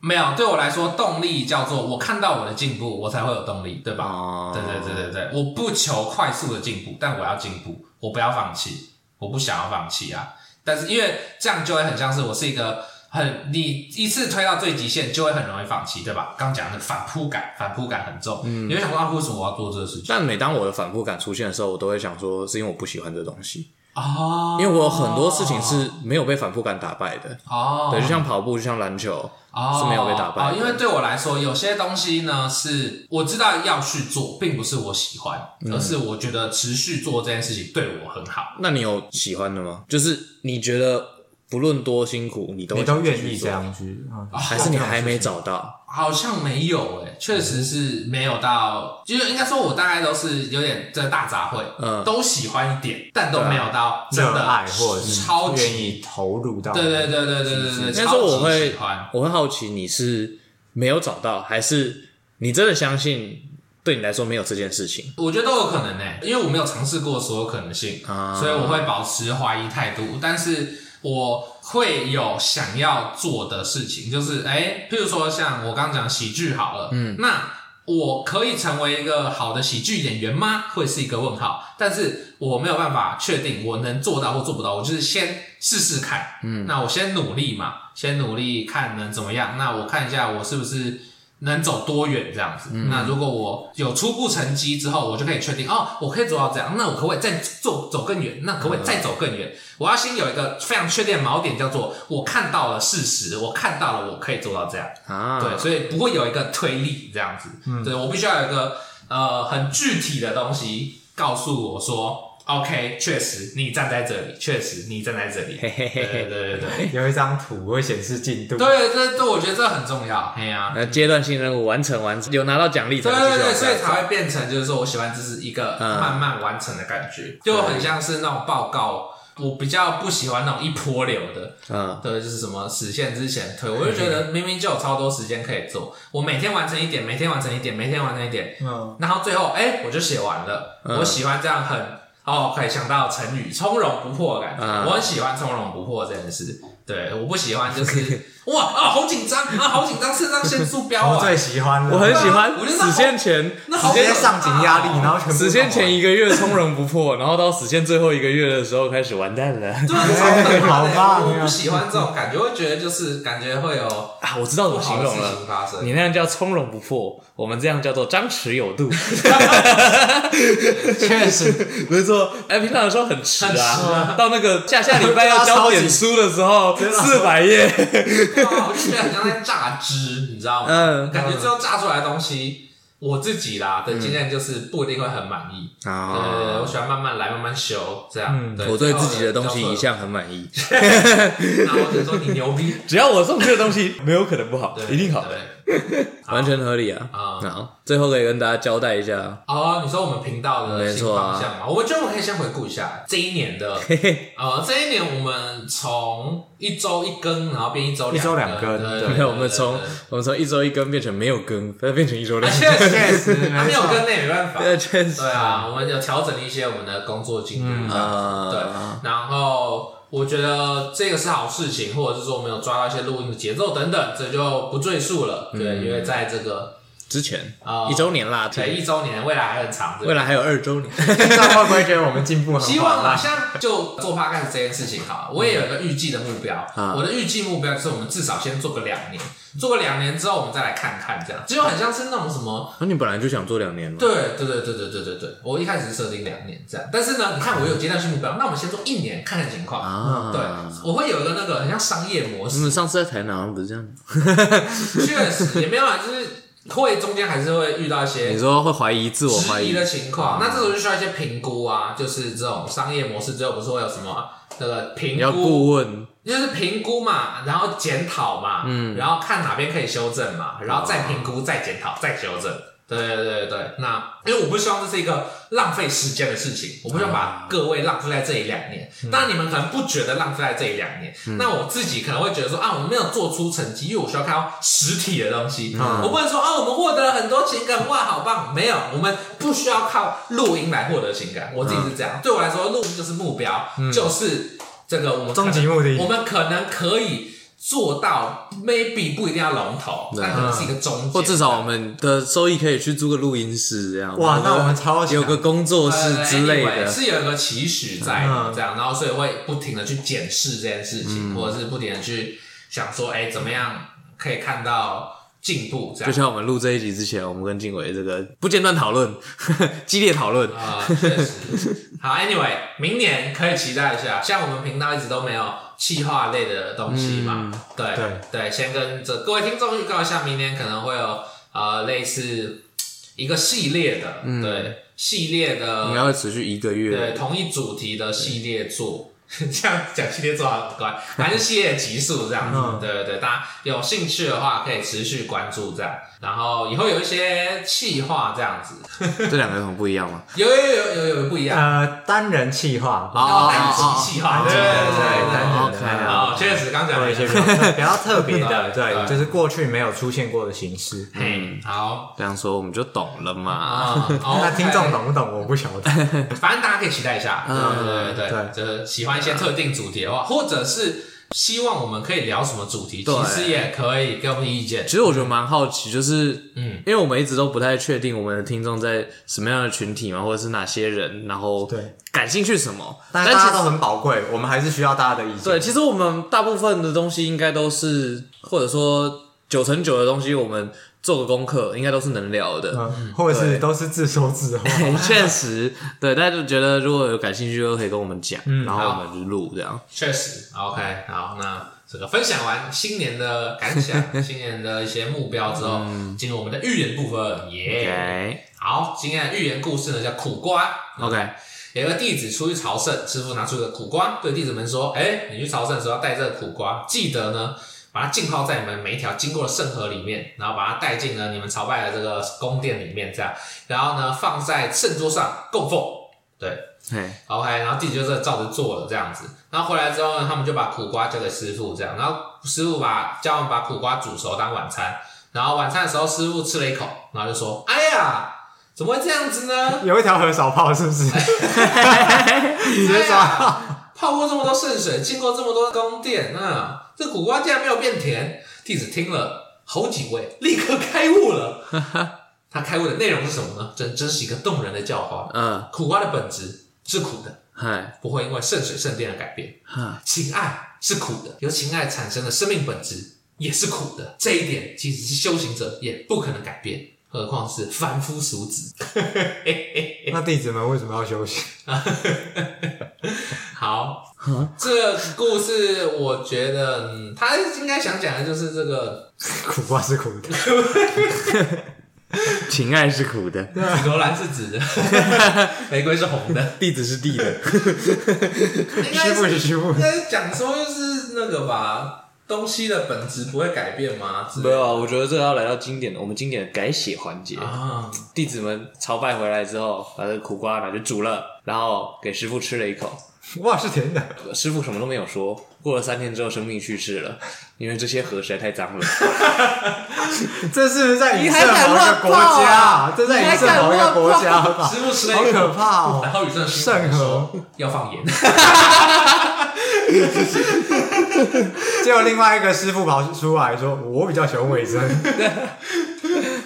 没有对我来说，动力叫做我看到我的进步，我才会有动力，对吧？哦对对对对对，我不求快速的进步，但我要进步，我不要放弃，我不想要放弃啊。但是因为这样就会很像是我是一个很你一次推到最极限，就会很容易放弃，对吧？刚讲的反扑感，反扑感很重，嗯、你会想说啊，为什么我要做这个事情？但每当我的反复感出现的时候，我都会想说，是因为我不喜欢这东西。哦，因为我有很多事情是没有被反复感打败的，哦，对，就像跑步，就像篮球，哦是没有被打败哦的。因为对我来说，有些东西呢是我知道要去做，并不是我喜欢，而是我觉得持续做这件事情对我很好。那你有喜欢的吗？就是你觉得不论多辛苦，你都你你都愿意这，样去，嗯还是你还没找到？好像没有诶、确实是没有到，就是应该说，我大概都是有点这大杂烩，嗯都喜欢一点，但都啊没有到真热的爱或者是超愿级，意投入到，对对对对对对对，应该说我超级会喜欢，我会好奇你是没有找到，还是你真的相信对你来说没有这件事情？我觉得都有可能呢、因为我没有尝试过所有可能性，啊所以我会保持怀疑态度，但是我会有想要做的事情，就是哎、譬如说像我刚刚讲喜剧好了，嗯，那我可以成为一个好的喜剧演员吗？会是一个问号，但是我没有办法确定我能做到或做不到，我就是先试试看，嗯，那我先努力嘛，先努力看能怎么样，那我看一下我是不是。能走多远这样子。那如果我有初步成绩之后，我就可以确定哦，我可以走到这样，那我可不可以再走走更远？那可不可以再走更远？我要先有一个非常确定的锚点，叫做我看到了事实，我看到了我可以做到这样。啊，对，所以不会有一个推力这样子。嗯对我必须要有一个呃很具体的东西告诉我说。OK，确实你站在这里，确实你站在这里。嘿嘿嘿嘿对对对对对，有一张图会显示进度，对，这这我觉得这很重要。哎呀、那阶段性任务完成完成，有拿到奖励才对对能继续对，往所以下走。才会变成就是说我喜欢，这是一个嗯慢慢完成的感觉，就很像是那种报告。我比较不喜欢那种一波流的，嗯，对，就是什么实现之前嗯推，我就觉得明明就有超多时间可以做，我每天完成一点，每天完成一点，每天完成一点，嗯，然后最后哎、我就写完了。嗯我喜欢这样很哦，可以想到成语“从容不迫”的感觉，嗯我很喜欢从容不迫这件事。对，我不喜欢就是 *laughs* 哇啊，好紧张啊，好紧张，肾上腺素飙我啊，最喜欢的，我很喜欢我就知道死线前那好直接上紧压力，然后全部死线前一一个月从容不迫，然后到死线最后一个月的时候开始完蛋了。对，超可怕 *laughs* 好怕的。我没不有喜欢这种感觉，会觉得就是感觉会有啊，我知道不怎好么形的容事情了。发生。你那样叫从容不迫，我们这样叫做张弛有 *laughs* 度。确实没错，哎，平常的时候很迟很迟啊，到那个下下礼拜要交点书的时 *laughs* 候，四百页。哇我就觉得很像在榨汁，你知道吗？嗯感觉最后榨出来的东西，我自己啦的经验就是不一定会很满意。对对对，我喜嗯欢慢慢来，慢慢修，这样。嗯我对自己的东西一下，向很满意，然后就说你牛 *laughs* 逼，只要我送去的东 *laughs* 西，没有可能不好，对一定好的，对完全合理啊。啊好，最后可以跟大家交代一下，哦，你说我们频道的没新错啊方向嘛？我觉得我们可以先回顾一下这一年的，呃，这一年我们从一周一更，然后变一周一周两两更对对对没有， *laughs* 我们对从对对我们从一周一更变成没有更，再变成一周啊两更。确实 *laughs* 确实没错啊还没有更那也没办法， *laughs* 对，确实哎对啊，我们有调整一些我们的工作进度，这样啊对，然后我觉得这个是好事情，或者是说我们有抓到一些录音的节奏等等，这就不赘述了。对，因为在这个之前哦一周年啦，对，一周年未来还很长，对不对未来还有二周年，这样会不会觉得我们进步很希缓望好？慢像就做 podcast 这件事情好了，我也有一个预计的目标。嗯我的预计目标就是我们至少先做个两年，做个两年之后我们再来看看这样，就很像是那种什么， *laughs* 那你本来就想做两年吗？对对对对对对对对，我一开始是设定两年这样，但是呢，你看我有阶段性目标，那我们先做一年看看情况。啊对，我会有一个那个很像商业模我式，们上次在台南好像不是这样，确实也没有啊，就是会中间还是会遇到一些你说会怀疑自我怀质疑疑的情况，那这时候就需要一些评估啊，就是这种商业模式最后不是会有什么那个评你要估顾问，就是评估嘛，然后检讨嘛，嗯，然后看哪边可以修正嘛，然后再评估，再检讨，再修正。对对对对对，那因为我不希望这是一个浪费时间的事情，我不希望把各位浪费在这一两年。嗯当然你们可能不觉得浪费在这一两年，那我自己可能会觉得说啊，我没有做出成绩，因为我需要看到实体的东西。嗯我不能说啊，我们获得了很多情感，哇，好棒！没有，我们不需要靠录音来获得情感。我自己是嗯这样，对我来说，录音就是目标，就是这个我们终极目的我们可能可以做到，maybe 不一定要龙头，对但可能是一个中间，或至少我们的收益可以去租个录音室这样。哇有个那我们超强有个工作室呃之类 anyway，的，是有一个期许在的嗯这样，然后所以会不停的去检视这件事嗯情，或者是不停的去想说，哎，怎么样可以看到进步这就样。像我们录这一集之前，我们跟静伟这个不间断讨论， *laughs* 激烈讨论。啊，确实。好，Anyway，明年可以期待一下。像我们频道一直都没有企划类的东西嘛，对嗯对先跟这各位听众预告一下，明年可能会有呃类似一个系列的，嗯对系列应的，该会持续一个对月，同一主题的系列作。这样讲系列作好很怪，反正系列集数这样子，嗯对对对，大家有兴趣的话可以持续关注这样，然后以后有一些企划这样子，这两个很不一样嘛。有有有有有有不一样，呃，单人气化，要单机气化，哦对对对对哦哦对。哦啊，确实刚讲做了一一些些比。较比较 *laughs* 特别的，对对，就是过去没有出现过的形式。嘿，好这样说我们就懂了嘛。啊，好那听众 OK 懂不懂？我不晓得。哎反正大家可以期待一下，对对嗯对对，对就是喜欢一些特定主题的话，或者是希望我们可以聊什么主题，其对实也可以给我们意见其。实我觉得蛮好奇，就是嗯，因为我们一直都不太确定我们的听众在什么样的群体嘛，或者是哪些人，然后对感兴趣什么。但但是其大家实都很宝贵，我们还是需要大家的意见。 *laughs* 对，，其实我们大部分的东西应该都是，或者说九成九的东西，我们做个功课，应该都是能聊的。 *laughs* 嗯，或者是对都是自说自话。确实，对，大家就觉得如果有感兴趣，就可以跟我们讲，嗯然后好我们就录这样。确实，OK，好，那这个分享完新年的感想、新年的一些目标之后，进入我们的预言部分，耶！ OK 好，今天的寓言故事呢叫苦瓜。 OK，有个弟子出去朝圣，师傅拿出一个苦瓜，对弟子们说：“哎、你去朝圣的时候要带这个苦瓜，记得呢，把它浸泡在你们每一条经过的圣河里面，然后把它带进了你们朝拜的这个宫殿里面，这样，然后呢放在圣桌上供奉。”对，嘿， OK，然后弟弟就是照着做了这样子。然后回来之后呢，他们就把苦瓜交给师傅这样，然后师傅把叫他们把苦瓜煮熟当晚餐。然后晚餐的时候，师傅吃了一口，然后就说：“哎呀，怎么会这样子呢？有一条河少泡是 *laughs* 不是？哎直接哎抓。呀泡过这么多圣水，经过这么多宫殿，啊，这苦瓜竟然没有变甜。弟子听了，好几位立刻开悟了。他开悟的内容是什么呢？真真是一个动人的教化。嗯，苦瓜的本质是苦的，嗨， *laughs* 不会因为圣水圣殿而改变。哈，情爱是苦的，由情爱产生的生命本质也是苦的。这一点即使是修行者也不可能改变，何况是凡夫俗子。那弟子们为什么要休息？好，啊这个故事我觉得、嗯、他应该想讲的就是这个苦瓜是苦 *laughs* 的，情爱是苦 *laughs* 的，啊罗兰是紫的，玫瑰是红的，弟子是弟 *laughs* 的，应该虚不是是虚不应？该是讲说就是那个吧，东西的本质不会改变吗？之类没的有啊，我觉得这个要来到经典的我们经典的改写环节。啊，弟子们朝拜回来之后，把这个苦瓜拿去煮了，然后给师傅吃了一口。哇，是甜的。师傅什么都没有说。过了三天之后，生病去世了，因为这些河实在太脏了。这是不是在影你射还敢某乱个国泡家啊啊？这在影射你还敢某一个乱国泡家吧？师傅吃了好一口可怕 *laughs* 哦！然后宇正师圣河说要放盐。 *laughs* 结果另外一个师傅跑出来说：“我比较喜欢伪真。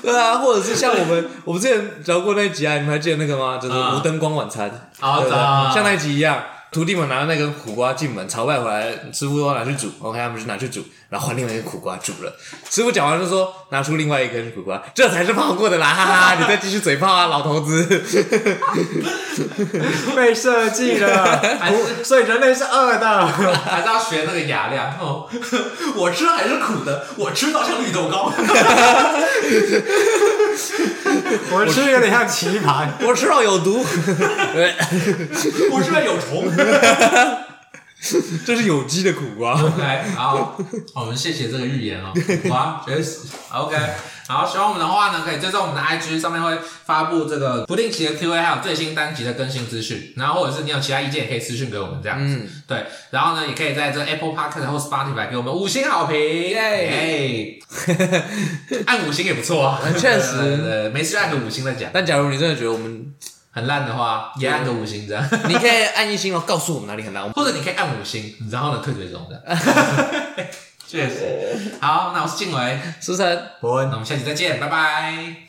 对啊，或者是像我们， *laughs* 我们之前聊过那一集啊，你们还记得那个吗？就是嗯无灯光晚餐，哦对不知道对？像那一集一样，徒弟们拿那根苦瓜进门，朝拜回来，啊师傅说拿去煮，OK，他们就拿去煮，然后换另外一根苦瓜煮了。师傅讲完就说拿出另外一根苦瓜，这才是泡过的啦，哈哈！ *laughs* 你再继续嘴炮啊，老头子。被设计了，还是不所以人类是恶的。还是要学那个雅量哦。 *laughs* 我吃还是苦的，我吃到像绿豆糕。 *laughs* 我吃有点像棋盘， *laughs* 我吃到有毒， *laughs* 对，我是不是有虫这是有机的苦瓜。 ？OK，好，哦我们谢谢这个预言哦。哇，确实 OK。好，喜欢我们的话呢，可以追踪我们的 IG，上面会发布这个不定期的 Q&A，还有最新单集的更新资讯。然后或者是你有其他意见，也可以私讯给我们这样嗯子。对，然后呢，也可以在这 Apple Podcast 或 Spotify 给我们五星好评，耶！按五星也不错啊， *laughs* 确实 *laughs* 对对对对没事就按个五星再讲。但假如你真的觉得我们，很烂的话，也按个五星这样，你可以按一星哦，告诉我们哪里很烂。我们或者你可以按五星，然后呢退追踪的。 *laughs* 确实，好，那我是静伟，十三。伯恩那我们下期再见，拜拜。